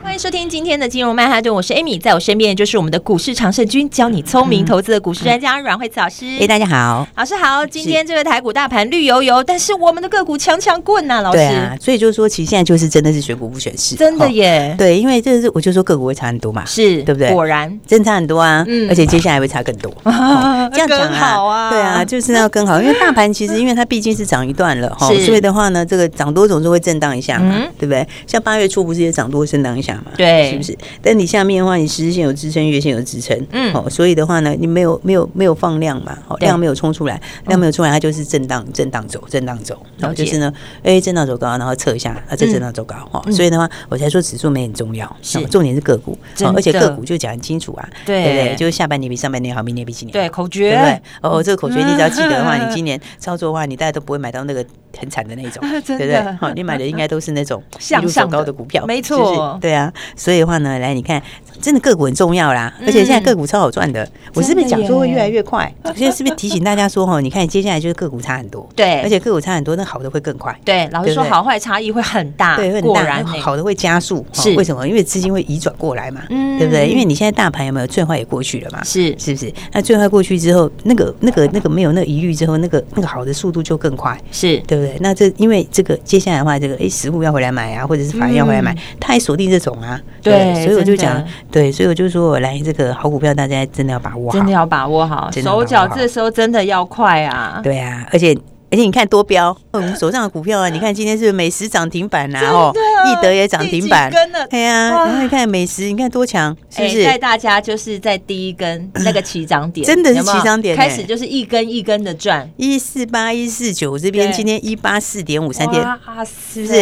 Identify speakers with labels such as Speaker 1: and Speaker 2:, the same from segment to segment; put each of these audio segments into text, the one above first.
Speaker 1: 欢迎收听今天的金融曼哈顿，我是 Amy，在我身边就是我们的股市常胜军，教你聪明投资的股市专家阮慧慈老师。
Speaker 2: 哎、大家好。
Speaker 1: 老师好，今天这个台股大盘绿油油，但是我们的个股强强棍呐、老师，
Speaker 2: 对啊，所以就是说，其实现在就是真的是选股不选市，
Speaker 1: 真的
Speaker 2: 哦。
Speaker 1: 耶，
Speaker 2: 对，因为这是我就说个股会差很多嘛，
Speaker 1: 是
Speaker 2: 对不对
Speaker 1: 果然
Speaker 2: 真的差很多啊，
Speaker 1: 嗯
Speaker 2: 而且接下来会差更多。哦这样讲
Speaker 1: 呃更好啊
Speaker 2: 对啊，就是要更好，因为大盘其实因为它毕竟是涨一段了哈，
Speaker 1: 是
Speaker 2: 所以的话呢，这个涨多总是会震荡一下嘛，
Speaker 1: 嗯
Speaker 2: 对不对？像八月初不是也涨多震荡一下嘛，
Speaker 1: 对
Speaker 2: 是不是？但你下面的话，你十日线有支撑，月线有支撑，
Speaker 1: 嗯
Speaker 2: 哦，所以的话呢，你没有没有没有放量嘛，哦，
Speaker 1: 对嗯
Speaker 2: 量没有冲出来，量没有出来，它就是震荡震荡走，震荡走，
Speaker 1: 了
Speaker 2: 哦，
Speaker 1: 解嗯
Speaker 2: 就是呢，哎，震荡走高，然后测一下，啊，再震荡走高，哈，所以的话，我才说指数没很重要，
Speaker 1: 是
Speaker 2: 哦重点是个股，
Speaker 1: 真
Speaker 2: 而且
Speaker 1: 的
Speaker 2: 个股就讲很清楚啊，
Speaker 1: 对
Speaker 2: 对不对？就是下半年比上半年好，明年比今年好
Speaker 1: 对口
Speaker 2: 对不对
Speaker 1: 诀，？
Speaker 2: 哦，这个口诀你只要记得的话，
Speaker 1: 嗯
Speaker 2: 你今年操作的话，你大家都不会买到那个很惨的那种
Speaker 1: ，真
Speaker 2: 对
Speaker 1: 的
Speaker 2: 不对？好，你买的应该都是那种
Speaker 1: 向
Speaker 2: 一路走
Speaker 1: 上的
Speaker 2: 高的股票，
Speaker 1: 没
Speaker 2: 是不是
Speaker 1: 错
Speaker 2: 对啊。所以的话呢，来你看，真的个股很重要啦，
Speaker 1: 嗯
Speaker 2: 而且现在个股超好赚的。我是不是讲说会越来越快？我现在是不是提醒大家说，哦，你看接下来就是个股差很多，
Speaker 1: 对
Speaker 2: 而且个股差很多，那好的会更快。
Speaker 1: 对，老师
Speaker 2: 对不
Speaker 1: 说
Speaker 2: 对
Speaker 1: 好坏差异会很大，
Speaker 2: 对，会很
Speaker 1: 果
Speaker 2: 大
Speaker 1: 然、欸、
Speaker 2: 好的会加速，哦
Speaker 1: 是
Speaker 2: 为什么？因为资金会移转过来嘛，
Speaker 1: 嗯
Speaker 2: 对不对？因为你现在大盘有没有最坏也过去了嘛，
Speaker 1: 是
Speaker 2: 是不是？那最坏过去之后，那个、那个、那个没有那个疑虑之后，那个那个好的速度就更快，
Speaker 1: 是
Speaker 2: 对不对？那这因为这个接下来的话，这个诶，食物要回来买啊，或者是法人要回来买
Speaker 1: 嗯，
Speaker 2: 他还锁定这种啊，
Speaker 1: 对
Speaker 2: 不所以我就
Speaker 1: 真的
Speaker 2: 讲，对，所以我就说，来这个好股票，大家真的要把握好，
Speaker 1: 真的要把握好，
Speaker 2: 真的
Speaker 1: 手
Speaker 2: 要把握
Speaker 1: 脚
Speaker 2: 好
Speaker 1: 这时候真的要快啊，
Speaker 2: 对啊，而且而且你看多标，嗯，我们手上的股 票啊，你看今天是不是美食涨停板啊，哦
Speaker 1: 真的，
Speaker 2: 易德也涨停板
Speaker 1: 第几根了，
Speaker 2: 对呀、
Speaker 1: 哇
Speaker 2: 然后你看美食，你看多强，是不
Speaker 1: 哎，
Speaker 2: 是？
Speaker 1: 带大家就是在第一 根那个起涨点，
Speaker 2: 真的是
Speaker 1: 有没有
Speaker 2: 起涨点
Speaker 1: 开
Speaker 2: 欸
Speaker 1: 始就是一根一根的转，
Speaker 2: 一四八一四九这
Speaker 1: 对
Speaker 2: 边，今天一八四点五三天，
Speaker 1: 哇塞，是
Speaker 2: 是不是？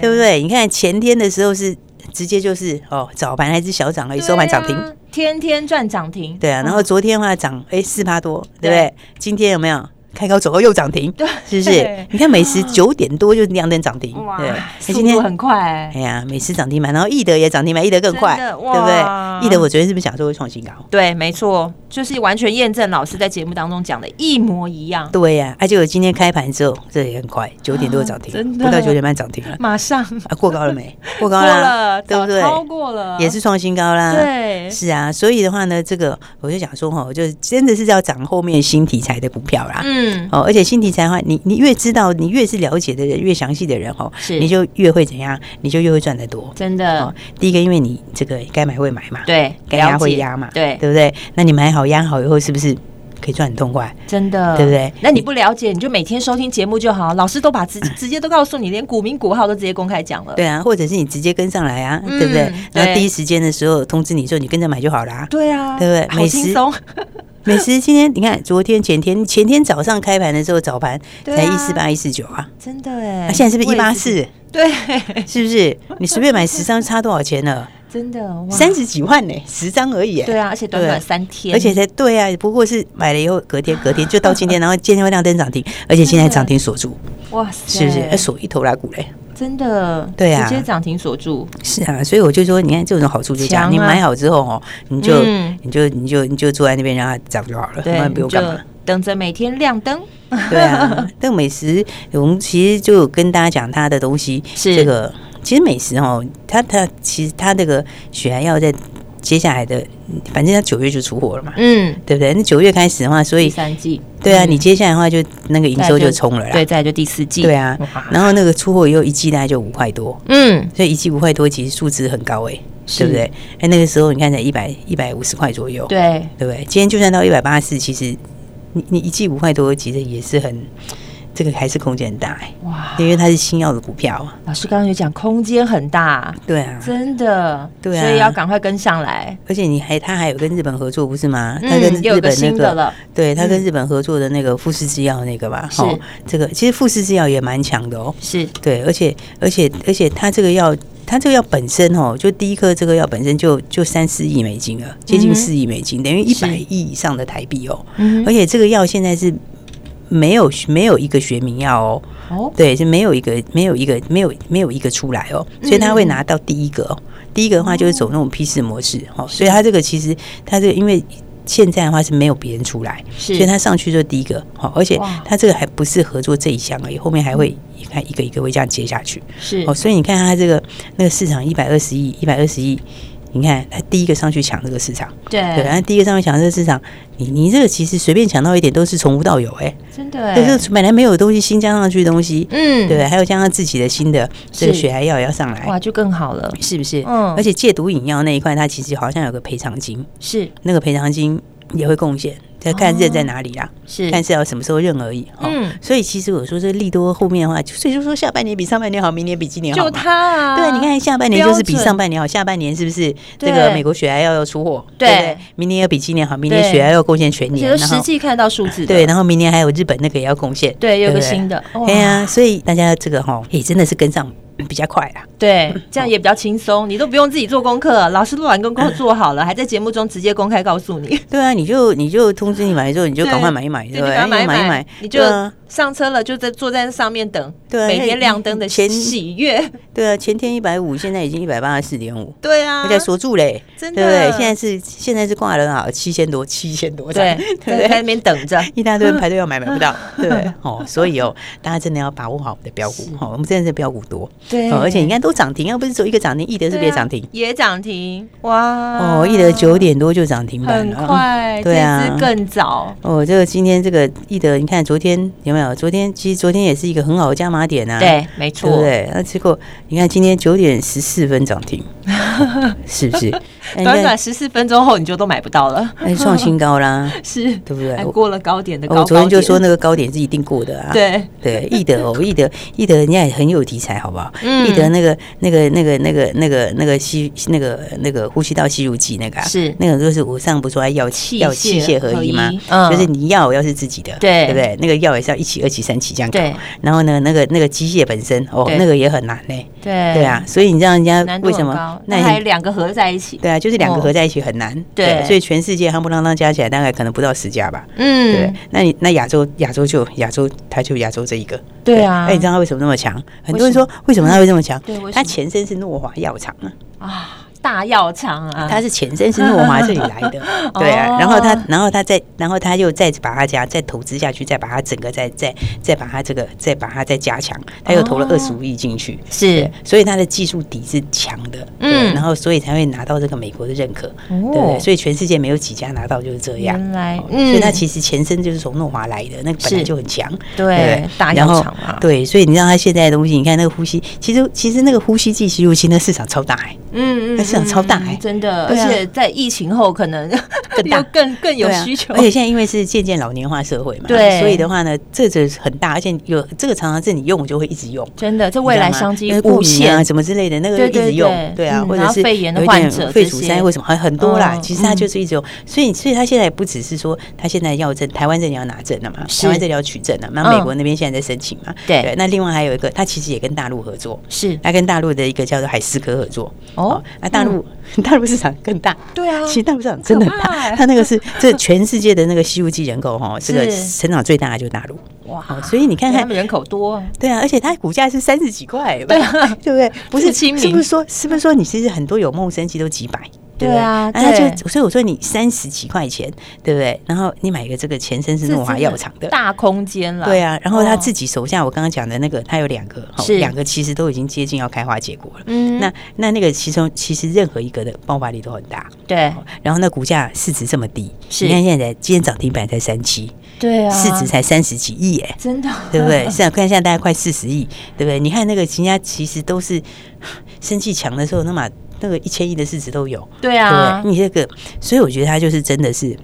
Speaker 2: 对不？对？你看前天的时候是直接就是哦，早盘还是小涨而已，收盘涨停。
Speaker 1: 对啊，天天赚涨停，
Speaker 2: 对啊，然后昨天的话涨哎四趴多，对不
Speaker 1: 对
Speaker 2: 对？今天有没有开高走后又涨停？是不是？ 你看美食九点多就亮灯涨停，
Speaker 1: 哇
Speaker 2: 对，，哎
Speaker 1: 速
Speaker 2: 今
Speaker 1: 度
Speaker 2: 天
Speaker 1: 很快
Speaker 2: 哎，呀，美食涨停板，然后易德也涨停板，易德更快，
Speaker 1: 真的
Speaker 2: 对不
Speaker 1: 哇
Speaker 2: 对？易德我昨天是不是想说会创新高？
Speaker 1: 对，没错，就是完全验证老师在节目当中讲的一模一样，
Speaker 2: 对呀、而且我今天开盘之后，这也很快，九点多涨停，
Speaker 1: 真的
Speaker 2: 不到九点半涨停了
Speaker 1: 马上
Speaker 2: 啊，过高了 没？过
Speaker 1: 过
Speaker 2: 高
Speaker 1: 了，
Speaker 2: 啦，对不对？
Speaker 1: 早超过了，
Speaker 2: 也是创新高啦。
Speaker 1: 对，
Speaker 2: 是啊，所以的话呢，这个我就想说哈，就是真的是要涨后面新题材的股票啦。
Speaker 1: 嗯，
Speaker 2: 哦，而且新题材的话，你你越知道，你越是了解的人，越详细的人哦，
Speaker 1: 是
Speaker 2: 你就越会怎样，你就越会赚得多。
Speaker 1: 真的
Speaker 2: 哦，，第一个，因为你这个该买会买嘛，
Speaker 1: 对，
Speaker 2: 该压
Speaker 1: 了
Speaker 2: 会
Speaker 1: 解
Speaker 2: 压嘛，
Speaker 1: 对，
Speaker 2: 对不对？那你买好压好以后，是不是可以赚很痛快？
Speaker 1: 真的，
Speaker 2: 对不对
Speaker 1: 那你不了解，你就每天收听节目就好，老师都把直直接都告诉你，连股名股号都直接公开讲了。
Speaker 2: 嗯对啊，或者是你直接跟上来啊，
Speaker 1: 嗯
Speaker 2: 对不对？然
Speaker 1: 对
Speaker 2: 后第一时间的时候通知你说你跟着买就好啦。
Speaker 1: 对啊，
Speaker 2: 对不对
Speaker 1: 好
Speaker 2: 美食
Speaker 1: 轻 松，
Speaker 2: 美食今天你看，昨天前天前天早上开盘的时候，早盘
Speaker 1: 对啊
Speaker 2: 才一四八一四九啊，
Speaker 1: 真的哎
Speaker 2: 啊，现在是不是一八
Speaker 1: 我也
Speaker 2: 四？
Speaker 1: 是？哎对，
Speaker 2: 是不是？你随便买十张差多少钱呢？
Speaker 1: 真的哇
Speaker 2: 三十几万呢、十张而已、欸。
Speaker 1: 对啊，而且短
Speaker 2: 对
Speaker 1: 短三天，
Speaker 2: 而且才对啊，不过是买了以后隔天隔天就到 今天，然后今天会亮灯涨停，而且现在涨停锁住，
Speaker 1: 哇塞，
Speaker 2: 是不是？哎锁一头拉股嘞。
Speaker 1: 真的
Speaker 2: 对啊
Speaker 1: 直接涨停锁住，
Speaker 2: 是啊，所以我就说，你看这种好处就这样，
Speaker 1: 强啊
Speaker 2: 你买好之后哦，你就、
Speaker 1: 嗯
Speaker 2: 你就你就你就坐在那边让它涨就好了，那不用干嘛。
Speaker 1: 等着每天亮灯，
Speaker 2: 对啊，但美食我们其实就有跟大家讲它的东西，
Speaker 1: 是
Speaker 2: 这个其实美食哦，它它其实它这个血还要在接下来的，反正它九月就出货了嘛。
Speaker 1: 嗯，
Speaker 2: 对不对？那九月开始的话，所
Speaker 1: 第
Speaker 2: 以
Speaker 1: 三季，
Speaker 2: 对啊，
Speaker 1: 嗯
Speaker 2: 你接下来的话就那个营收就冲了啦。
Speaker 1: 对，再来就第四季，
Speaker 2: 对，啊，然后那个出货以后一季大概就五块多，
Speaker 1: 嗯，
Speaker 2: 所以一季五块多，其实数值很高哎、
Speaker 1: 是
Speaker 2: 对不对？哎，那个时候你看才一百一百五十块左右，
Speaker 1: 对，
Speaker 2: 对不对？今天就算到一百八十四，其实你你一季五块多，其实也是很这个还是空间很大哎、
Speaker 1: 哇，
Speaker 2: 因为它是新药的股票啊，
Speaker 1: 老师刚刚有讲空间很大，
Speaker 2: 对啊。
Speaker 1: 真的，
Speaker 2: 对啊
Speaker 1: 所以要赶快跟上来。
Speaker 2: 而且你还他还有跟日本合作不是吗？
Speaker 1: 嗯
Speaker 2: 他跟
Speaker 1: 又有
Speaker 2: 日
Speaker 1: 个
Speaker 2: 本那
Speaker 1: 新的
Speaker 2: 个，
Speaker 1: 了嗯
Speaker 2: 对他跟日本合作的那个富士制药那个吧，
Speaker 1: 是
Speaker 2: 齁这个其实富士制药也蛮强的哦，
Speaker 1: 是
Speaker 2: 对，而且而且而且它这个药它这个药本身哦，就第一颗这个药本身就就三四亿美金了，接
Speaker 1: 嗯
Speaker 2: 近
Speaker 1: 哼
Speaker 2: 四亿美金，等于一
Speaker 1: 是
Speaker 2: 百亿以上的台币哦。
Speaker 1: 嗯
Speaker 2: 而且这个药现在是没有没有一个学名药哦，
Speaker 1: 哦，
Speaker 2: 对，是没有一个没有一个没有没有一个出来哦，
Speaker 1: 嗯
Speaker 2: 所以他会拿到第一个哦。第一个的话就是走那种批次模式哦，所以他这个其实他这个因为。现在的话是没有别人出来，
Speaker 1: 是
Speaker 2: 所以他上去就第一个，好，而且
Speaker 1: 哇嗯
Speaker 2: 他这个还不是合作这一项而已，后面还会你看一个一个会这样接下去，
Speaker 1: 是
Speaker 2: 哦，所以你看他这个那个市场一百二十亿，一百二十亿，你看他第一个上去抢这个市场，对，啊然
Speaker 1: 对，
Speaker 2: 后第一个上去抢这个市场，你你这个其实随便抢到一点都是从无到有、欸，
Speaker 1: 真的
Speaker 2: 哎，就
Speaker 1: 欸，
Speaker 2: 是本来没有的东西新加上去的东西，
Speaker 1: 嗯，
Speaker 2: 对不对，还有加上自己的新的这个
Speaker 1: 是
Speaker 2: 血癌药也要上来，
Speaker 1: 哇，就更好了，
Speaker 2: 是不是？
Speaker 1: 嗯
Speaker 2: 而且戒毒饮药那一块，它其实好像有个赔偿金，
Speaker 1: 是
Speaker 2: 那个赔偿金也会贡献，再看认在哪里啦，
Speaker 1: 是，
Speaker 2: 看是要什么时候认而已。哦
Speaker 1: 嗯，
Speaker 2: 所以其实我说这利多后面的话，就所以就说下半年比上半年好，明年比今年好
Speaker 1: 就
Speaker 2: 嘛。
Speaker 1: 他啊，
Speaker 2: 对，你看下半年就是比
Speaker 1: 标准
Speaker 2: 上半年好，下半年是不是
Speaker 1: 对
Speaker 2: 这个美国血癌药要出货？
Speaker 1: 对
Speaker 2: 不明年要比今年好，明年
Speaker 1: 对
Speaker 2: 血癌要贡献全
Speaker 1: 而且
Speaker 2: 年，
Speaker 1: 都
Speaker 2: 然
Speaker 1: 实
Speaker 2: 后
Speaker 1: 际看到数字的，
Speaker 2: 对，然后明年还有日本那个也要贡献，
Speaker 1: 对，有个
Speaker 2: 不对
Speaker 1: 新的，哇
Speaker 2: 对啊呀、所以大家这个哈，也、真的是跟上比较快啦。
Speaker 1: 对，这样也比较轻松，你都不用自己做功课，老师都把功课做好了，还在节目中直接公开告诉你，
Speaker 2: 对啊，嗯你就你就通知你买的时候，你就
Speaker 1: 对
Speaker 2: 赶快买一买，
Speaker 1: 对，
Speaker 2: 不
Speaker 1: 你
Speaker 2: 对？
Speaker 1: 赶快
Speaker 2: 哎
Speaker 1: 买
Speaker 2: 一
Speaker 1: 买，你就
Speaker 2: 对啊，
Speaker 1: 上车了，就在坐在上面等，
Speaker 2: 对啊
Speaker 1: 每
Speaker 2: 因为
Speaker 1: 天亮灯的
Speaker 2: 前
Speaker 1: 喜悦，
Speaker 2: 对啊，前天一百五，现在已经一百八十四点五。
Speaker 1: 对啊，
Speaker 2: 而且锁住嘞，
Speaker 1: 真
Speaker 2: 对不对
Speaker 1: 的？
Speaker 2: 现在是现在是挂了好七千多，七千多张，
Speaker 1: 对
Speaker 2: 对
Speaker 1: 在
Speaker 2: 不
Speaker 1: 在
Speaker 2: 对？
Speaker 1: 那边等着，
Speaker 2: 一大堆人排队要买，买不到，
Speaker 1: 嗯
Speaker 2: 对不对？哦，所以哦，大家真的要把握好我们的 标股，哦，我们真的是标股多，
Speaker 1: 对啊
Speaker 2: 哦，而且你看都涨停，要不是只有一个涨停，易德是不是也涨停？
Speaker 1: 也涨停，哇，
Speaker 2: 哦，易德九点多就涨停板
Speaker 1: 很
Speaker 2: 了，
Speaker 1: 快，
Speaker 2: 对啊
Speaker 1: 这只更早，
Speaker 2: 哦，这个今天这个易德，你看昨天有没有？昨天其实昨天也是一个很好的加码点啊，
Speaker 1: 对，没
Speaker 2: 对不
Speaker 1: 错，
Speaker 2: 对？那结果你看今天九点十四分 涨停，是不是？哎那你
Speaker 1: 短短
Speaker 2: 看
Speaker 1: 十四分钟后你就都买不到了，
Speaker 2: 哎创新高 啦，
Speaker 1: 是，
Speaker 2: 对不对
Speaker 1: 还？过了高点的高
Speaker 2: 我
Speaker 1: 高
Speaker 2: 昨天就说
Speaker 1: 点
Speaker 2: 那个高点是一定过的啊，
Speaker 1: 对，
Speaker 2: 对，易德哦，易德 易德，人家也很有题材，好不好？
Speaker 1: 嗯
Speaker 2: 易德那个那个那个那个那个那个吸那个那个呼吸道吸入剂那个、啊、
Speaker 1: 是
Speaker 2: 那个就是我上不说要气要器械合一吗？
Speaker 1: 嗯
Speaker 2: 就是你药要是自己的，
Speaker 1: 对
Speaker 2: 对不对？那个药也是要一期、二期、三期这样搞
Speaker 1: 对。
Speaker 2: 然后呢，那个那个机械本身哦
Speaker 1: 对，
Speaker 2: 那个也很难嘞、
Speaker 1: 对
Speaker 2: 对啊，，所以你知道人家
Speaker 1: 难度
Speaker 2: 为什
Speaker 1: 很
Speaker 2: 么
Speaker 1: 高？，那还
Speaker 2: 你
Speaker 1: 两个合在一起，
Speaker 2: 对啊，就是两个
Speaker 1: 哦
Speaker 2: 合在一起很难。
Speaker 1: 对
Speaker 2: 所以全世界夯不啷当加起来大概可能不到十家吧。对
Speaker 1: 嗯，，
Speaker 2: 那你那亚洲亚洲就亚洲，它就亚洲这一个。
Speaker 1: 对啊
Speaker 2: 那你知道它为什么那么强？很
Speaker 1: 为
Speaker 2: 多人
Speaker 1: 什么
Speaker 2: 说为什么它会这么强
Speaker 1: 对为什么？
Speaker 2: 它前身是诺华药厂啊，
Speaker 1: 啊，大药厂啊，，
Speaker 2: 它是前身是诺华这里来的 对啊
Speaker 1: 哦。
Speaker 2: 然后它，然后它再，然后它又再把它加，再投资下去，再把它整个再再再把它这个再把它再加强，它又投了
Speaker 1: 哦
Speaker 2: 二十五亿进去。
Speaker 1: 是
Speaker 2: 对，所以它的技术底是强的，
Speaker 1: 嗯
Speaker 2: 嗯，然后所以才会拿到这个美国的认可，对不
Speaker 1: 哦
Speaker 2: 对？所以全世界没有几家拿到就是这样，
Speaker 1: 原来
Speaker 2: 哦
Speaker 1: 嗯
Speaker 2: 所以它其实前身就是从诺华来的，那个本
Speaker 1: 是
Speaker 2: 来就很强，
Speaker 1: 对
Speaker 2: 不
Speaker 1: 大
Speaker 2: 然
Speaker 1: 药
Speaker 2: 后
Speaker 1: 厂啊
Speaker 2: 对，所以你知道它现在的东西，你看那个呼吸，其实其实那个呼吸剂吸入器，那市场超大哎，
Speaker 1: 嗯
Speaker 2: 那市场超大欸
Speaker 1: 真的，而
Speaker 2: 对啊
Speaker 1: 且在疫情后可能
Speaker 2: 更大
Speaker 1: 又更更有
Speaker 2: 对啊
Speaker 1: 需求，
Speaker 2: 而且现在因为是渐渐老年化社会嘛，
Speaker 1: 对
Speaker 2: 所以的话呢，这个很大，而且有这个常常是你用就会一直用。
Speaker 1: 真的，这未来
Speaker 2: 你知道吗
Speaker 1: 商机
Speaker 2: 那个
Speaker 1: 无
Speaker 2: 过敏啊，
Speaker 1: 限，
Speaker 2: 什么之类的，那个
Speaker 1: 对
Speaker 2: 一
Speaker 1: 对
Speaker 2: 直用，
Speaker 1: 对
Speaker 2: 对啊，
Speaker 1: 嗯
Speaker 2: 或者
Speaker 1: 然后
Speaker 2: 是
Speaker 1: 肺炎的
Speaker 2: 有一点
Speaker 1: 患者
Speaker 2: 肺
Speaker 1: 这
Speaker 2: 阻
Speaker 1: 些
Speaker 2: 塞或什么，还很多啦
Speaker 1: 嗯。
Speaker 2: 其实它
Speaker 1: 嗯
Speaker 2: 就是一直用，所以所以它现在不只是说它现在要证，台湾这里要拿证了嘛，
Speaker 1: 是
Speaker 2: 台湾这里要取证了，那
Speaker 1: 嗯
Speaker 2: 美国那边现在在申请嘛，
Speaker 1: 对
Speaker 2: 那另外还有一个，它其实也跟大陆合作。
Speaker 1: 是
Speaker 2: 它跟大陆的一个叫做海思科合作
Speaker 1: 哦
Speaker 2: 哦，那大陆 大陆市场更大，
Speaker 1: 对啊
Speaker 2: 其实大陆市场真的很
Speaker 1: 很可怕欸
Speaker 2: 大，它那个是这全世界的那个吸入剂人口哈，这个
Speaker 1: 是
Speaker 2: 成长最大的就是大陆，
Speaker 1: 哇
Speaker 2: 哦所以你看看
Speaker 1: 他们人口多啊，
Speaker 2: 对啊，而且它股价是三十几块，对、 对不对？不
Speaker 1: 这
Speaker 2: 是
Speaker 1: 亲民
Speaker 2: 是不是说是不是说你其实很多有梦生其实都几百？不
Speaker 1: 对啊
Speaker 2: 那它
Speaker 1: 对
Speaker 2: 就所以我说你三十几块钱，对不对？然后你买一个这个前身是诺华药厂
Speaker 1: 这真
Speaker 2: 的，
Speaker 1: 大空间了，哦
Speaker 2: 对啊。然后他自
Speaker 1: 己
Speaker 2: 己手下我刚刚讲的那个，他有两个，哦
Speaker 1: 是
Speaker 2: 两个其实都已经接近要开花结果了。
Speaker 1: 嗯
Speaker 2: 那那那个其中其实任何一个的爆发力都很大，
Speaker 1: 对
Speaker 2: 然后那股价市值这么低，
Speaker 1: 是
Speaker 2: 你看现在今天涨停板才三七，
Speaker 1: 对啊，
Speaker 2: 市值才三十几亿耶、
Speaker 1: 真的
Speaker 2: 对不对？现在看现在大概快四十亿，对不对？你看那个人家其实都是生气强的时候，那么那个一千亿的市值都有，
Speaker 1: 对
Speaker 2: 对不
Speaker 1: 啊
Speaker 2: 对？，你这个，所以我觉得他就是真的是。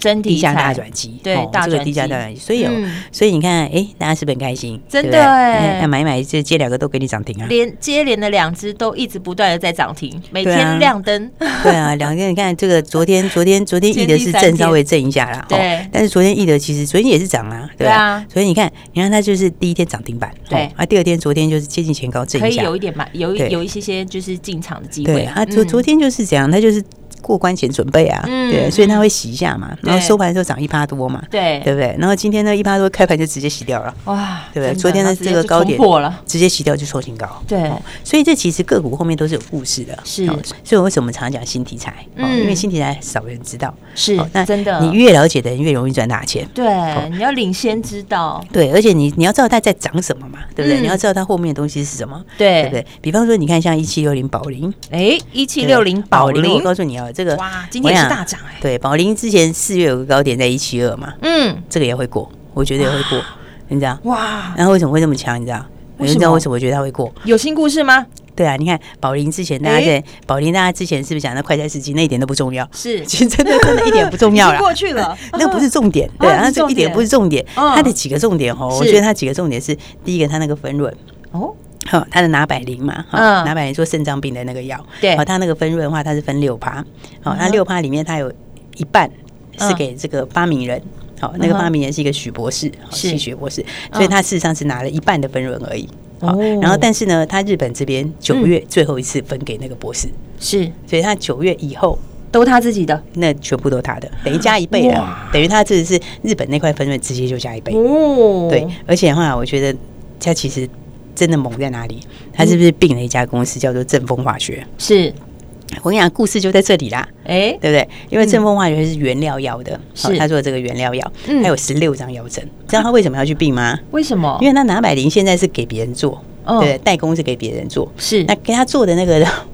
Speaker 1: 真
Speaker 2: 低
Speaker 1: 题
Speaker 2: 价
Speaker 1: 材
Speaker 2: 大转机，
Speaker 1: 对
Speaker 2: 哦
Speaker 1: 大
Speaker 2: 这个
Speaker 1: 转
Speaker 2: 低价
Speaker 1: 机
Speaker 2: 大转机，所以有
Speaker 1: 嗯
Speaker 2: 所以你看，哎，大家是不是很开心？
Speaker 1: 真
Speaker 2: 对不
Speaker 1: 的
Speaker 2: 对
Speaker 1: 哎
Speaker 2: 哎，买一买这这两个都给你涨停啊！
Speaker 1: 连接连的两只都一直不断的在涨停，每
Speaker 2: 对啊
Speaker 1: 天亮灯，
Speaker 2: 对啊，两个你看这个昨天昨天昨天
Speaker 1: 今
Speaker 2: 易
Speaker 1: 天第
Speaker 2: 德是
Speaker 1: 三天
Speaker 2: 震稍微震一下啦，哦
Speaker 1: 对
Speaker 2: 但是昨天易德其实昨天也是涨啊，
Speaker 1: 对啊
Speaker 2: 吧？所以你看，你看它就是第一天涨停板，哦
Speaker 1: 对
Speaker 2: 啊，第二天昨天就是接近前高震
Speaker 1: 可
Speaker 2: 一
Speaker 1: 以啊
Speaker 2: 下，
Speaker 1: 有一点买，有一
Speaker 2: 对
Speaker 1: 有一些些就是进场的机会。
Speaker 2: 对，它昨
Speaker 1: 嗯
Speaker 2: 昨天就是这样，它就是过关前准备啊，
Speaker 1: 嗯
Speaker 2: 对，所以它会洗一下嘛，然
Speaker 1: 对
Speaker 2: 后收盘的时候涨一趴多嘛，对
Speaker 1: 对
Speaker 2: 不对？然后今天呢一趴多开盘就直接洗掉了，
Speaker 1: 哇，
Speaker 2: 对不对？
Speaker 1: 真
Speaker 2: 昨天
Speaker 1: 它
Speaker 2: 的
Speaker 1: 直接
Speaker 2: 这个
Speaker 1: 就
Speaker 2: 高
Speaker 1: 冲
Speaker 2: 点
Speaker 1: 破了，
Speaker 2: 直接洗掉就创新高，
Speaker 1: 对
Speaker 2: 哦所以这其实个股后面都是有故事的，
Speaker 1: 是
Speaker 2: 哦所以我为什么常讲新题材？哦
Speaker 1: 嗯
Speaker 2: 因为新题材少人知道，
Speaker 1: 是
Speaker 2: 哦那
Speaker 1: 真的。
Speaker 2: 你越了解的人越容易赚大钱。
Speaker 1: 对，你要领先知道，
Speaker 2: 对，而且你你要知道它在涨什么嘛，对不对？
Speaker 1: 嗯
Speaker 2: 你要知道它后面的东西是什么，对
Speaker 1: 对
Speaker 2: 不对？比方说，你看像一七六零宝林，
Speaker 1: 哎，一七六零宝林，
Speaker 2: 我告诉你哦，这个
Speaker 1: 哇，今天也是大涨哎，
Speaker 2: 对，宝林之前四月有个高点在一七二嘛，
Speaker 1: 嗯，
Speaker 2: 这个也会过，我觉得也会过，你知道？
Speaker 1: 哇，
Speaker 2: 然后为什么会这么强？你知道？
Speaker 1: 啊
Speaker 2: 我
Speaker 1: 为
Speaker 2: 就
Speaker 1: 什么
Speaker 2: 知道为什么我觉得它会过。
Speaker 1: 有新故事吗？
Speaker 2: 对啊，你看宝林之前大家在宝林，大家之前是不是讲那快餐时期那一点都不重要？
Speaker 1: 是
Speaker 2: 其实真的真的一点不重要
Speaker 1: 已经过
Speaker 2: 啦。
Speaker 1: 去了
Speaker 2: ，那不是重点，对，
Speaker 1: 啊
Speaker 2: 它
Speaker 1: 不是重
Speaker 2: 这
Speaker 1: 点
Speaker 2: 一点不是重点，
Speaker 1: 嗯
Speaker 2: 它的几个重点哦，我
Speaker 1: 是
Speaker 2: 觉得它几个重点是第一个，它那个分润，
Speaker 1: 哦，
Speaker 2: 哈，它的拿百灵嘛，哈
Speaker 1: 嗯，
Speaker 2: 拿百灵做肾脏病的那个药，
Speaker 1: 对
Speaker 2: 好，它那个分润的话，它是分六趴，好，那
Speaker 1: 嗯哼
Speaker 2: 六趴里面它有一半
Speaker 1: 嗯
Speaker 2: 是给这个发明人。好，那个
Speaker 1: 嗯哼
Speaker 2: 发明人是一个许博士，好
Speaker 1: 是嗯
Speaker 2: 系许博士，所以他事实上是拿了一半的分润而已。好
Speaker 1: 哦，嗯
Speaker 2: 然后但是呢，他日本这边九月最后一次分给那个博士，
Speaker 1: 是
Speaker 2: 所以他九月以后
Speaker 1: 都他自己的
Speaker 2: 那全部都他的，等于加一倍了，等于他这是日本那块分润直接就加一倍。
Speaker 1: 哦
Speaker 2: 对，而且的话，我觉得他其实真的猛在哪里？他是不是并了一家公司叫做正风化学？
Speaker 1: 是，
Speaker 2: 我跟你讲，故事就在这里啦，
Speaker 1: 哎，
Speaker 2: 对不对？因为正风化学是原料药的，
Speaker 1: 嗯是
Speaker 2: 好他做这个原料药，
Speaker 1: 嗯哦
Speaker 2: 他有十六张药证，知道他为什么要去并吗？
Speaker 1: 为什么？
Speaker 2: 因为他拿百灵现在是给别人做，对
Speaker 1: 嗯
Speaker 2: 不对，代工是给别人做，
Speaker 1: 是
Speaker 2: 那给他做的那个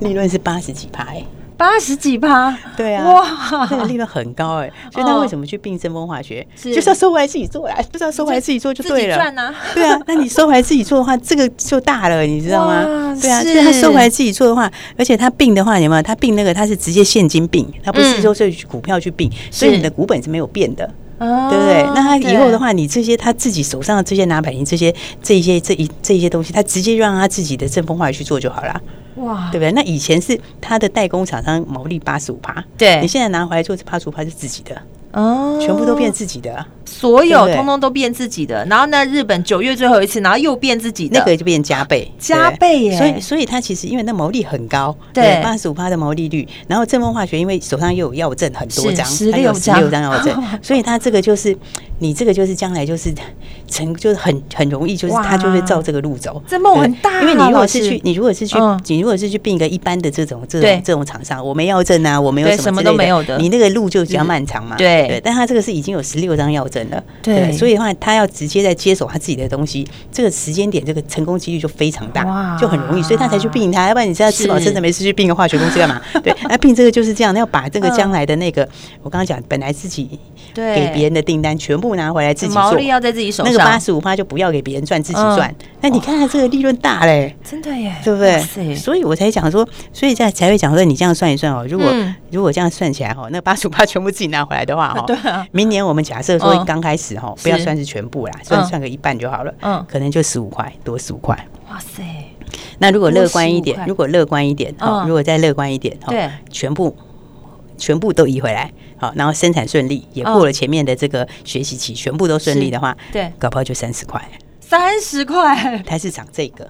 Speaker 2: 利润是八十几趴，哎
Speaker 1: 八十几趴，
Speaker 2: 对啊，
Speaker 1: 哇哦
Speaker 2: 这个利润很高哎、所以他为什么去并正风化学？
Speaker 1: 是
Speaker 2: 就是要收回来自己做啦，就是要收回来自己做就
Speaker 1: 自己
Speaker 2: 对了。
Speaker 1: 赚啊
Speaker 2: 对啊，那你收回来自己做的话，这个就大了，你知
Speaker 1: 哇
Speaker 2: 道吗？对啊，
Speaker 1: 是
Speaker 2: 就是他收回来自己做的话，而且他并的话，有没有？他并那个他是直接现金并，他不是
Speaker 1: 嗯
Speaker 2: 说是股票去并，所以你的股本是没有变的，
Speaker 1: 啊
Speaker 2: 对不对？那他以后的，话，你这些他自己手上的这些拿百银这些这一些这一这一些东西，他直接让他自己的正风化学去做就好了。
Speaker 1: 哇，
Speaker 2: 对不对？那以前是他的代工厂商毛利八十五趴，
Speaker 1: 对
Speaker 2: 你现在拿回来做八十五趴是自己的，
Speaker 1: 哦
Speaker 2: 全部都变自己的，
Speaker 1: 所有
Speaker 2: 对不对
Speaker 1: 通通都变自己的，然后呢，日本九月最后一次，然后又变自己的，
Speaker 2: 那个就变加倍，
Speaker 1: 加
Speaker 2: 对不对
Speaker 1: 倍耶
Speaker 2: 所以，所以它其实因为那毛利很高，
Speaker 1: 对
Speaker 2: 八十五趴的毛利率，然后正风化学因为手上又有药证很多张，
Speaker 1: 是
Speaker 2: 它有
Speaker 1: 16
Speaker 2: 16张药 证，所以它这个就是你这个就是将来就是成就是很很容易就是
Speaker 1: 哇
Speaker 2: 它就会照这个路走，
Speaker 1: 这梦
Speaker 2: 对
Speaker 1: 很大
Speaker 2: 因为你如
Speaker 1: 老
Speaker 2: 果
Speaker 1: 师
Speaker 2: 是去你如果是去
Speaker 1: 嗯
Speaker 2: 你如果是去并一个一般的这种这
Speaker 1: 对
Speaker 2: 种这种厂商，我没药证啊，我没有
Speaker 1: 对
Speaker 2: 什么
Speaker 1: 什么
Speaker 2: 之类
Speaker 1: 都没有的嗯
Speaker 2: 你那个路就比较漫长嘛，
Speaker 1: 对
Speaker 2: 对，但他这个是已经有十六张药证了，
Speaker 1: 对
Speaker 2: 所以的话，他要直接在接手他自己的东西，这个时间点，这个成功几率就非常
Speaker 1: 哇
Speaker 2: 大，就很容易，所以他才去并他，要不然你现在吃饱
Speaker 1: 是
Speaker 2: 撑着没事去并个化学公 司干嘛？对，那并这个就是这样，要把这个
Speaker 1: 嗯
Speaker 2: 将来的那个，我刚刚讲本来自己
Speaker 1: 对
Speaker 2: 给别人的订单全部拿回来自己
Speaker 1: 毛
Speaker 2: 做，
Speaker 1: 利要在自己手
Speaker 2: 那个八
Speaker 1: 上，
Speaker 2: 十五趴就不要给别人赚，自己
Speaker 1: 嗯
Speaker 2: 赚。那你看他这个利润大嘞，
Speaker 1: 真的耶，
Speaker 2: 对不
Speaker 1: 哇
Speaker 2: 对？
Speaker 1: 塞
Speaker 2: 所以我才讲说，所以在才会讲说，你这样算一算哦，如果、
Speaker 1: 嗯
Speaker 2: 如果这样算起来哦，那八十八全部自己拿回来的话哦，
Speaker 1: 对啊
Speaker 2: 明年我们假设
Speaker 1: 嗯
Speaker 2: 说刚开始哦，
Speaker 1: 是
Speaker 2: 不要算是全部啦，算
Speaker 1: 嗯
Speaker 2: 算个一半就好了，
Speaker 1: 嗯
Speaker 2: 可能就十五块多十五块。
Speaker 1: 哇塞，
Speaker 2: 那如果
Speaker 1: 多
Speaker 2: 乐观一
Speaker 1: 15块
Speaker 2: 点，如果乐观一点哦，
Speaker 1: 嗯
Speaker 2: 如果再乐观一点哦
Speaker 1: 对，
Speaker 2: 全部。全部都移回来，好，然后生产顺利，也
Speaker 1: 嗯
Speaker 2: 过了前面的这个学习期，全部都顺利的话，
Speaker 1: 对
Speaker 2: 搞不好就三十块。
Speaker 1: 三十块，
Speaker 2: 它是涨这个，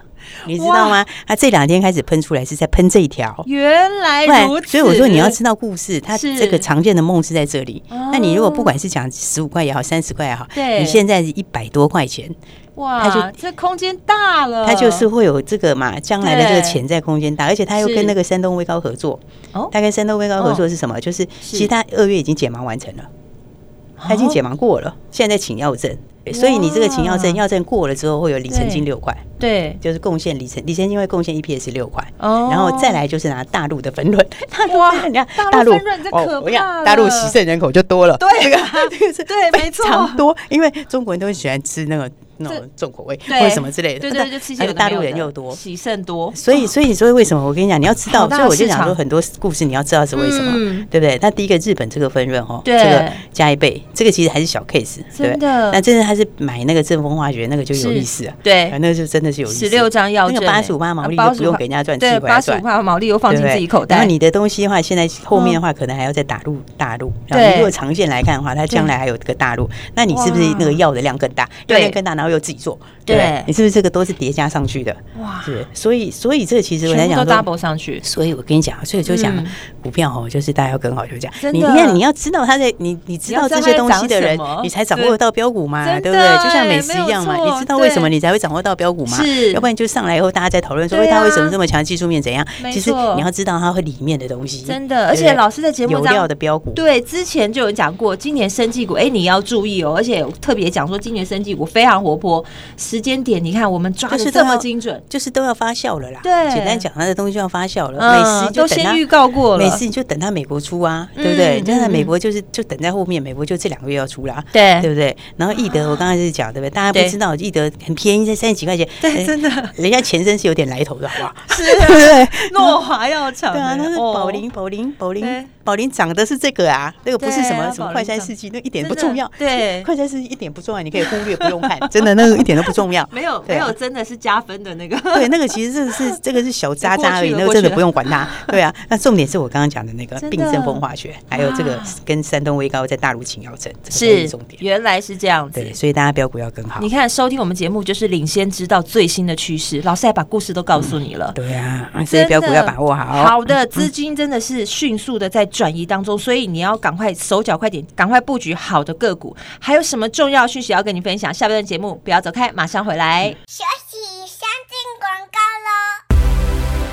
Speaker 2: 你知道吗？它这两天开始喷出来，是在喷这一条，
Speaker 1: 原来
Speaker 2: 不然
Speaker 1: 哎如，此，
Speaker 2: 所以我说你要知道故事，它
Speaker 1: 是
Speaker 2: 这个常见的梦是在这里
Speaker 1: 哦。
Speaker 2: 那你如果不管是讲十五块也好，三十块也好，
Speaker 1: 对
Speaker 2: 你现在一百多块钱，它
Speaker 1: 哇，
Speaker 2: 就
Speaker 1: 这空间大了，
Speaker 2: 它就是会有这个嘛，将来的这个潜在空间大，而且它又
Speaker 1: 是
Speaker 2: 跟那个山东威高合作
Speaker 1: 哦。
Speaker 2: 它跟山东威高合作是什么？就是其实它二月已经解盲完成了，它已
Speaker 1: 哦
Speaker 2: 经解盲过了，现在在请药证。所以你这个请药证，
Speaker 1: 哇
Speaker 2: 药证过了之后会有里程金
Speaker 1: 对
Speaker 2: 六块，
Speaker 1: 对
Speaker 2: 就是贡献里程，里程金会贡献 EPS 六块。
Speaker 1: 哦
Speaker 2: 然后再来就是拿大陆的分润，大陆
Speaker 1: 哇
Speaker 2: 分润你看
Speaker 1: 大陆分润这可
Speaker 2: 我跟你讲
Speaker 1: 怕了
Speaker 2: 大陆洗肾人口就多了，
Speaker 1: 对啊
Speaker 2: 这个这个是
Speaker 1: 对没错
Speaker 2: 非常多，因为中国人都很喜欢吃那个那种重口味
Speaker 1: 对
Speaker 2: 或者什么之类的，
Speaker 1: 对对对，就吃一些
Speaker 2: 而
Speaker 1: 有
Speaker 2: 且
Speaker 1: 的
Speaker 2: 大
Speaker 1: 没有
Speaker 2: 陆人
Speaker 1: 的
Speaker 2: 又多，
Speaker 1: 喜甚多，
Speaker 2: 所以，所以你说为什么？我跟你讲，你要知
Speaker 1: 哦好
Speaker 2: 道，
Speaker 1: 大的
Speaker 2: 所以我就
Speaker 1: 市
Speaker 2: 想说，
Speaker 1: 场
Speaker 2: 很多故事你要知道是为什么，
Speaker 1: 嗯
Speaker 2: 对不对？那第一个日本这个分润哦，
Speaker 1: 对
Speaker 2: 这个加一倍，这个其实还是小 case，对
Speaker 1: 真
Speaker 2: 不对。
Speaker 1: 的
Speaker 2: 那真的他是买那个正风化学，那个就有
Speaker 1: 是
Speaker 2: 意思啊，
Speaker 1: 对
Speaker 2: 啊那个就真的是有意思。
Speaker 1: 十六张药
Speaker 2: 那
Speaker 1: 证
Speaker 2: 个
Speaker 1: 欸，
Speaker 2: 八十五毛利
Speaker 1: 啊
Speaker 2: 就不用给人家赚，自己
Speaker 1: 对，
Speaker 2: 回来
Speaker 1: 八十
Speaker 2: 赚
Speaker 1: 五。块毛利又放进
Speaker 2: 对不对
Speaker 1: 自己口
Speaker 2: 然
Speaker 1: 袋
Speaker 2: 后，你的东西的话，现在后面的话，可能还要再打入大陆。然后
Speaker 1: 对
Speaker 2: 你如果长线来看的话，它将来还有这个大陆，那你是不是
Speaker 1: 哇
Speaker 2: 那个药的量更大？
Speaker 1: 对
Speaker 2: 药量更大，然后又自己做，对不
Speaker 1: 对
Speaker 2: 对？你是不是这个都是叠加上去的？
Speaker 1: 哇，
Speaker 2: 是，所以所以这其实我在
Speaker 1: 全
Speaker 2: 讲
Speaker 1: 部都
Speaker 2: 说。
Speaker 1: double 上去，
Speaker 2: 所以我跟你讲，所以我就讲、
Speaker 1: 嗯
Speaker 2: 股票哦，就是大家要跟好就讲，
Speaker 1: 真
Speaker 2: 你
Speaker 1: 的
Speaker 2: 你看你要知道它在你你知道这些东西
Speaker 1: 你
Speaker 2: 的
Speaker 1: 要知道它在
Speaker 2: 人
Speaker 1: 涨什么，
Speaker 2: 你才掌握得到标股嘛，
Speaker 1: 真的
Speaker 2: 对不对？就像美食
Speaker 1: 没有
Speaker 2: 一样嘛，
Speaker 1: 错
Speaker 2: 你知道为什么
Speaker 1: 对
Speaker 2: 你才会掌握到标股嘛？
Speaker 1: 是
Speaker 2: 要不然就上来以后大家在讨论说，
Speaker 1: 对
Speaker 2: 哎，
Speaker 1: 啊
Speaker 2: 它为什么这么强，技术面怎样？
Speaker 1: 没
Speaker 2: 其实
Speaker 1: 错
Speaker 2: 你要知道它会里面的东西，
Speaker 1: 真的。
Speaker 2: 对
Speaker 1: 而
Speaker 2: 不对
Speaker 1: 且老师在节目
Speaker 2: 有料
Speaker 1: 上
Speaker 2: 的标股，
Speaker 1: 对，之前就有讲过，今年生技股，哎，你要注意哦。而且有特别讲说，今年生技股非常活泼，时间点你看我们抓
Speaker 2: 就是
Speaker 1: 的
Speaker 2: 都
Speaker 1: 这么
Speaker 2: 要
Speaker 1: 精准，
Speaker 2: 就是都要发酵了啦。
Speaker 1: 对
Speaker 2: 简单讲，它的东西要发酵了，美
Speaker 1: 嗯，
Speaker 2: 食
Speaker 1: 都
Speaker 2: 就等啊它
Speaker 1: 先预告过
Speaker 2: 每
Speaker 1: 了，
Speaker 2: 次你就等它美国出啊，
Speaker 1: 嗯
Speaker 2: 对不对？
Speaker 1: 嗯
Speaker 2: 但是美
Speaker 1: 嗯
Speaker 2: 国就是就等在后面，美国就这两个月要出啦，
Speaker 1: 对
Speaker 2: 对不对？然后易德，我刚才是讲对不对？大家
Speaker 1: 哎对
Speaker 2: 不知道易德很便宜，才三十几块钱，
Speaker 1: 对，
Speaker 2: 哎
Speaker 1: 真的
Speaker 2: 人家前身是有点来头的，好不好？
Speaker 1: 是啊
Speaker 2: 对不对？
Speaker 1: 诺华药厂
Speaker 2: 对啊，
Speaker 1: 哎，
Speaker 2: 那是
Speaker 1: 哦
Speaker 2: 宝林，宝林，宝
Speaker 1: 对
Speaker 2: 林，宝林涨的是这个啊，那个不是什
Speaker 1: 对啊
Speaker 2: 么什
Speaker 1: 宝
Speaker 2: 么
Speaker 1: 林
Speaker 2: 快餐
Speaker 1: 涨
Speaker 2: 世纪，那一点
Speaker 1: 真
Speaker 2: 不
Speaker 1: 的
Speaker 2: 重要。
Speaker 1: 对
Speaker 2: 快餐世纪一点不重要，你可以忽略，不用看， 真的那个一点都不重要。
Speaker 1: 没有没
Speaker 2: 对啊
Speaker 1: 有，真的是加分的那个，
Speaker 2: 对，那个其实这个是这个是小渣
Speaker 1: 过去
Speaker 2: 渣而已，
Speaker 1: 了
Speaker 2: 那
Speaker 1: 过
Speaker 2: 个
Speaker 1: 去
Speaker 2: 真的
Speaker 1: 了
Speaker 2: 不用管 它。对啊，那重点是我刚刚讲的那个
Speaker 1: 真的
Speaker 2: 病症风化学，还有这个
Speaker 1: 哇
Speaker 2: 跟山东威高在大陆请药证，这个才
Speaker 1: 是
Speaker 2: 重点。
Speaker 1: 原来是这样子
Speaker 2: 对，。所以大家标股要跟好
Speaker 1: 你。看，收听我们节目就是领先知道最新的趋势，老师还把故事都告诉你了。
Speaker 2: 对啊，啊所
Speaker 1: 真
Speaker 2: 以
Speaker 1: 的
Speaker 2: 标股要把握好。嗯
Speaker 1: 好的，资金真的是迅速的在转移当中，所以你要赶快手脚快点，赶快布局好的个股。还有什么重要讯息要跟你分享？下半段节目不要走开，马上回来。
Speaker 3: 学习先进广告喽。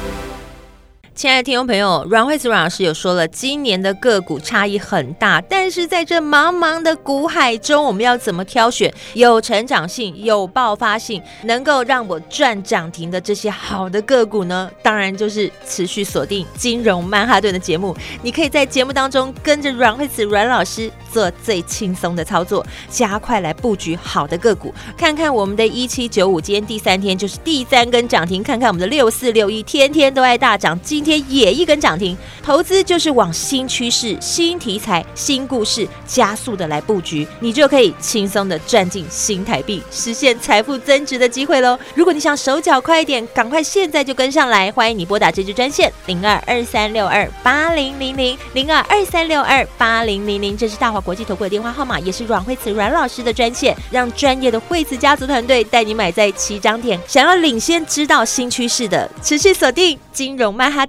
Speaker 1: 亲爱的听众朋友，阮惠子阮老师有说了，今年的个股差异很大，但是在这茫茫的股海中，我们要怎么挑选有成长性、有爆发性，能够让我赚涨停的这些好的个股呢？当然就是持续锁定金融曼哈顿的节目，你可以在节目当中跟着阮惠子阮老师做最轻松的操作，加快来布局好的个股。看看我们的一七九五，今天第三天就是第三根涨停，看看我们的六四六一，天天都爱大涨，今天也一根涨停。投资就是往新趋势、新题材、新故事加速的来布局，你就可以轻松的赚进新台币，实现财富增值的机会喽。如果你想手脚快一点，赶快现在就跟上来，欢迎你拨打这支专线零二二三六二八零零零零二二三六二八零零零，这是大华国际投顾的电话号码，也是阮惠慈阮老师的专线，让专业的惠慈家族团队带你买在起涨点。想要领先知道新趋势的，持续锁定金融曼哈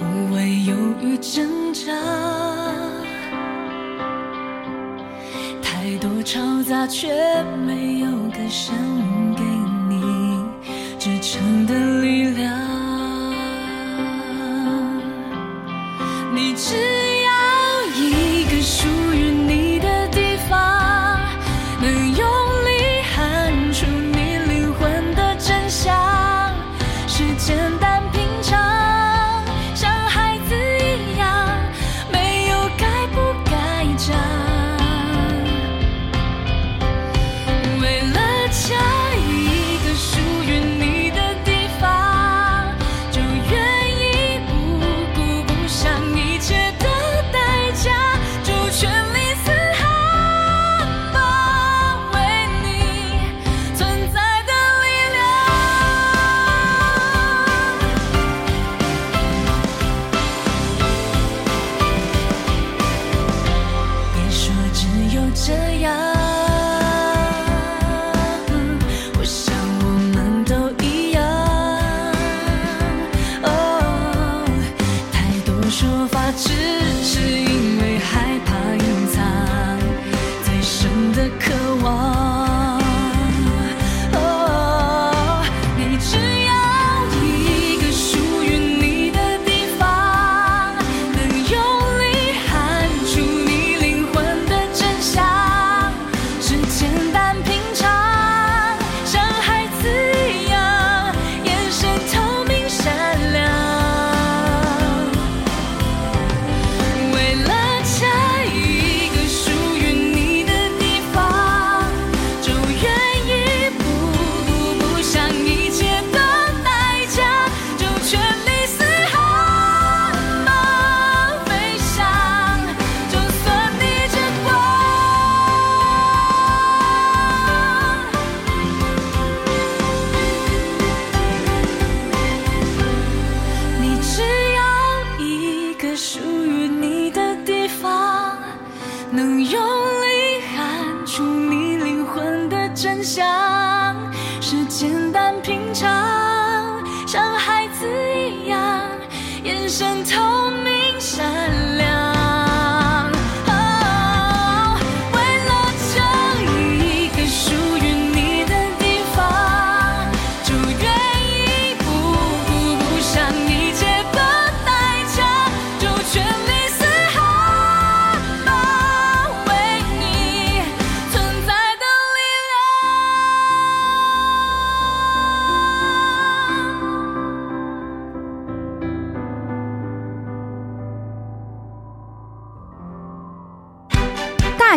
Speaker 4: 无谓犹豫挣扎，太多嘈杂却没有歌声给你支撑的力量。你只要一个属于你的地方，能用力喊出你灵魂的真相，这样。我想我们都一样。哦，太多说法只是因为害怕隐藏最深的渴望。哦，你只要一个属于你的地方，能用力喊出你灵魂的真相，是简单平常，像孩子一样，眼神透明善良。为了下一个属于你的地方，就愿意不顾不想一切的代价，就全力嘶喊吧，飞翔，就算逆着光。你只要一个属于你的地方，能用力喊出你灵魂的真相，是简单平常，像孩子一样，眼神透明善良。哦，为了这一个属于你的地方，就愿意不顾不想一切的代价，就全力嘶喊吧，为你存在的力量。
Speaker 5: 大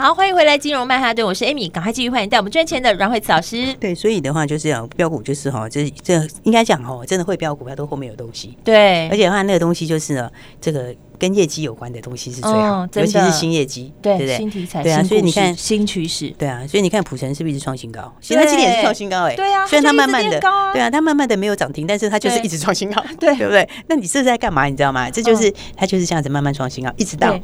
Speaker 1: 好，欢迎回来，金融曼哈顿，我是 Amy，赶快继续欢迎带我们赚钱的阮慧慈老师。
Speaker 2: 对，所以的话就是啊，标股就是哈，这这应该讲哦，真的会标股票都后面有东西，
Speaker 1: 对
Speaker 2: 而，且的话那个东西就是呢，这个跟业绩有关的东西是最好，
Speaker 1: 嗯真
Speaker 2: 尤
Speaker 1: 的
Speaker 2: 其是新业绩，对不
Speaker 1: 新
Speaker 2: 对？
Speaker 1: 题材，
Speaker 2: 对啊
Speaker 1: 新
Speaker 2: 所以你
Speaker 1: 故事
Speaker 2: 看
Speaker 1: 新趋势，
Speaker 2: 对啊，所以你看普城是不是一直创新高？其实它今年也是创新高哎、
Speaker 1: 对啊
Speaker 2: 虽然
Speaker 1: 它
Speaker 2: 它
Speaker 1: 就一直
Speaker 2: 慢慢的
Speaker 1: 变高啊，
Speaker 2: 对啊，它慢慢的没有涨停，但是它就是
Speaker 1: 对
Speaker 2: 一直创新高，
Speaker 1: 对嗯
Speaker 2: 对不对？那你这是在干嘛？你知道吗？这就是、它就是这样子慢慢创新高，一直到
Speaker 1: 对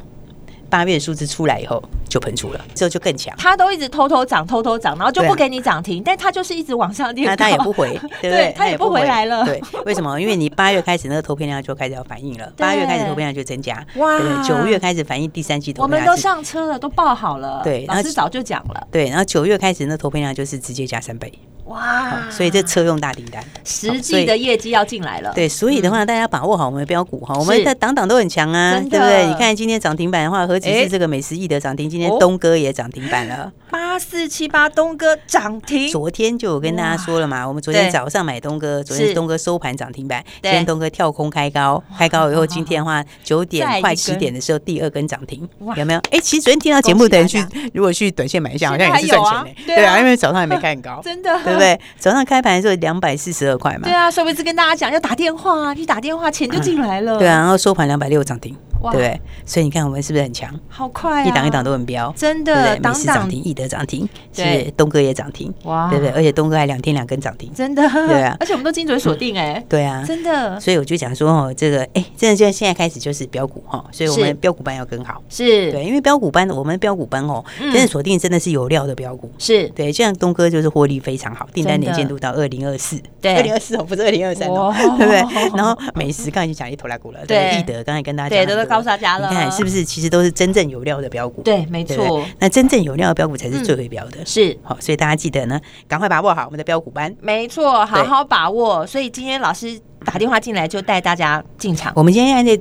Speaker 2: 八月数字出来以后就喷出了，之后就更强。
Speaker 1: 它都一直偷偷涨，偷偷涨，然后就
Speaker 2: 对啊
Speaker 1: 不给你涨停，但它就是一直往上练
Speaker 2: 那
Speaker 1: 高，
Speaker 2: 他也 不回，对不
Speaker 1: 对
Speaker 2: 对？
Speaker 1: 他也不回来了
Speaker 2: 对，为什么？因为你八月开始那个投片量就开始要反应了，
Speaker 1: 对
Speaker 2: 八月开始投片量就增加，
Speaker 1: 哇
Speaker 2: 对不对？九月开始反映第三季投
Speaker 1: 我
Speaker 2: 片
Speaker 1: 们
Speaker 2: 量，
Speaker 1: 都上车了，都报好了，
Speaker 2: 对
Speaker 1: 老
Speaker 2: 然
Speaker 1: 师
Speaker 2: 后
Speaker 1: 早就讲了，
Speaker 2: 对，然后九月开始那投片量就是直接加三倍，
Speaker 1: 哇，
Speaker 2: 所以这车用大订单。
Speaker 1: 啊实
Speaker 2: 所
Speaker 1: 际
Speaker 2: 以
Speaker 1: 的业绩要进来了，
Speaker 2: 对，所以的话，大家把握好我们的标股哈，我们
Speaker 1: 是
Speaker 2: 的档档都很强啊，
Speaker 1: 真的
Speaker 2: 对不对？你看今天涨停板的话，何止
Speaker 1: 哎
Speaker 2: 是这个美食易的涨停，今天
Speaker 1: 哦
Speaker 2: 东哥也涨停板了。
Speaker 1: 八四七八东哥涨停，
Speaker 2: 昨天就有跟大家说了嘛，我们昨天
Speaker 1: 对
Speaker 2: 早上买东哥，昨天
Speaker 1: 是
Speaker 2: 东哥收盘涨停板，
Speaker 1: 对
Speaker 2: 今天东哥跳空开高，开高以后，今天的话九
Speaker 1: 再
Speaker 2: 点
Speaker 1: 一
Speaker 2: 快
Speaker 1: 根
Speaker 2: 十点的时候第二根涨停
Speaker 1: 哇，
Speaker 2: 有没有？哎，其实昨天听到节目的人
Speaker 1: 恭
Speaker 2: 去
Speaker 1: 喜，
Speaker 2: 如果去短线买一下，好
Speaker 1: 现在
Speaker 2: 像也是
Speaker 1: 还有
Speaker 2: 赚钱
Speaker 1: 啊
Speaker 2: 嘞，
Speaker 1: 对啊，
Speaker 2: 对啊，因为早上也没看 高
Speaker 1: 真的，
Speaker 2: 对不？对？早上开盘的时候两百四十二块嘛
Speaker 1: 对，啊，所以我一直跟大家讲要打电话啊，你打电话钱就进来了，
Speaker 2: 对啊，然后收盘两百六涨停，
Speaker 1: 哇
Speaker 2: 对不对？所以你看我们是不是很强？
Speaker 1: 好快、啊，
Speaker 2: 一档一档都很标，
Speaker 1: 真
Speaker 2: 对不
Speaker 1: 的
Speaker 2: 对？
Speaker 1: 挡
Speaker 2: 每次涨
Speaker 1: 挡
Speaker 2: 停，易德涨停，是不
Speaker 1: 对
Speaker 2: 是东哥也涨停，
Speaker 1: 哇
Speaker 2: 对不对？而且东哥还两天两根涨停，
Speaker 1: 真的，
Speaker 2: 对啊
Speaker 1: 而且我们都精准锁定哎、
Speaker 2: 对 啊，
Speaker 1: 真的
Speaker 2: 所以我就讲说哦，这个哎，真的就现在开始就是标股哈，所以我
Speaker 1: 是
Speaker 2: 们标股班要跟好。
Speaker 1: 是，
Speaker 2: 对，因为标股班，我们标股班哦，
Speaker 1: 嗯
Speaker 2: 真的锁定真的是有料的标股。
Speaker 1: 是
Speaker 2: 对，就像东哥就是获利非常好，订单
Speaker 1: 真的
Speaker 2: 年限度到二零二四，
Speaker 1: 对
Speaker 2: 二零二四哦，不是二零二三哦
Speaker 1: 哇，
Speaker 2: 对不对？然后美食刚才已经讲一头拉股了，
Speaker 1: 对
Speaker 2: 易德刚才跟大家
Speaker 1: 对
Speaker 2: 讲很
Speaker 1: 都
Speaker 2: 多，
Speaker 1: 在告诉大家了，
Speaker 2: 你看是不
Speaker 1: 是？
Speaker 2: 是？其实都是真正有料的标股，
Speaker 1: 对，没
Speaker 2: 对不
Speaker 1: 错嗯
Speaker 2: 对，那真正有料的标股才是最会标的。
Speaker 1: 是。
Speaker 2: 好，所以大家记得呢，赶快把握好我们的标股班。
Speaker 1: 没错，好
Speaker 2: 对
Speaker 1: 好把握。所以今天老师打电话进来，就带大家进场。
Speaker 2: 我们今天在。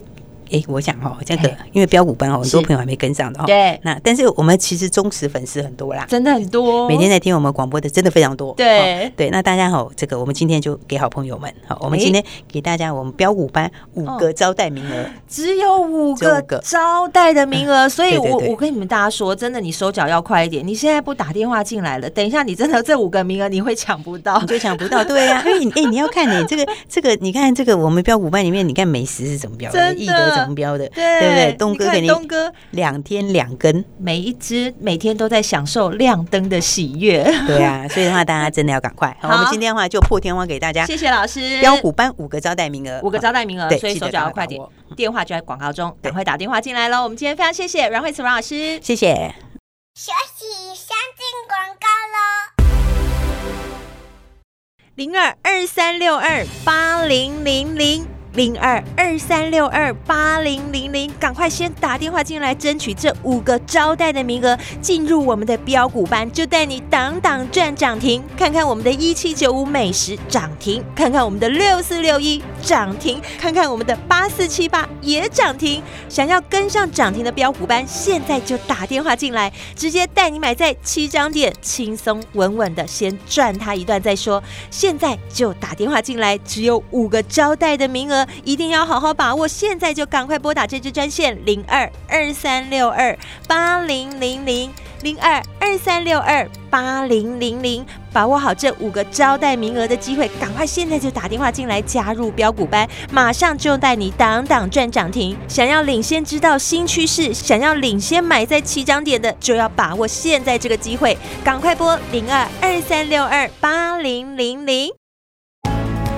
Speaker 2: 哎，我想哈、哦，这个
Speaker 1: 嘿
Speaker 2: 因为标股班哦，很多
Speaker 1: 哎是
Speaker 2: 朋友还没跟上的哈、哦。
Speaker 1: 对
Speaker 2: 那但是我们其实忠实粉丝很多啦，
Speaker 1: 真的很多，
Speaker 2: 每天在听我们广播的真的非常多。
Speaker 1: 哦对哎
Speaker 2: 哦对，那大家好，这个我们今天就给好朋友们，好，我们
Speaker 1: 诶
Speaker 2: 今天给大家我们标股班五个
Speaker 1: 哦
Speaker 2: 招待名额，
Speaker 1: 只有五
Speaker 2: 只有
Speaker 1: 个
Speaker 2: 五个嗯
Speaker 1: 招待的名额，所以
Speaker 2: 对对
Speaker 1: 我
Speaker 2: 对
Speaker 1: 我跟你们大家说，真的，你手脚要快一点。你现在不打电话进来了，等一下你真的这五个名额你会抢不到
Speaker 2: 你。就想不到，对呀、啊，因为你哎、你要看你、这个这个，你看这个我们标股班里面，你看美食是怎么标的，
Speaker 1: 真的
Speaker 2: 易德怎么标的，
Speaker 1: 对
Speaker 2: 对不对？东
Speaker 1: 你
Speaker 2: 哥
Speaker 1: 看
Speaker 2: 给你
Speaker 1: 东哥
Speaker 2: 两天两根，
Speaker 1: 每一只每天都在享受亮灯的喜 悦。
Speaker 2: 对啊，所以的话大家真的要赶快。好，
Speaker 1: 好
Speaker 2: 我们今天的话就破天荒给大家
Speaker 1: 谢谢老师，
Speaker 2: 标股班五个招待名额，
Speaker 1: 五个招待名额，
Speaker 2: 对
Speaker 1: 所以
Speaker 2: 记
Speaker 1: 手
Speaker 2: 得
Speaker 1: 脚
Speaker 2: 赶
Speaker 1: 要快
Speaker 2: 快把
Speaker 1: 点
Speaker 2: 握。
Speaker 1: 电话就在广告中，赶快打电话进来喽。我们今天非常谢谢阮慧慈阮老师。
Speaker 2: 谢谢。
Speaker 3: 学习先进广告喽。
Speaker 1: 零二二三六二八零零零零二二三六二八零零零，赶快先打电话进来争取这五个招待的名额，进入我们的标股班，就带你挡挡赚涨停，看看我们的一七九五美食涨停，看看我们的六四六一涨停，看看我们的八四七八也涨停。想要跟上涨停的标股班，现在就打电话进来，直接带你买在七张点，轻松稳稳的先赚它一段再说。现在就打电话进来，只有五个招待的名额，一定要好好把握。现在就赶快拨打这支专线零二二三六二八零零零零二二三六二八零零零，把握好这五个招待名额的机会，赶快现在就打电话进来加入标股班，马上就带你挡挡赚涨停。想要领先知道新趋势，想要领先买在起涨点的，就要把握现在这个机会，赶快拨零二二三六二八零零零。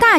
Speaker 5: 大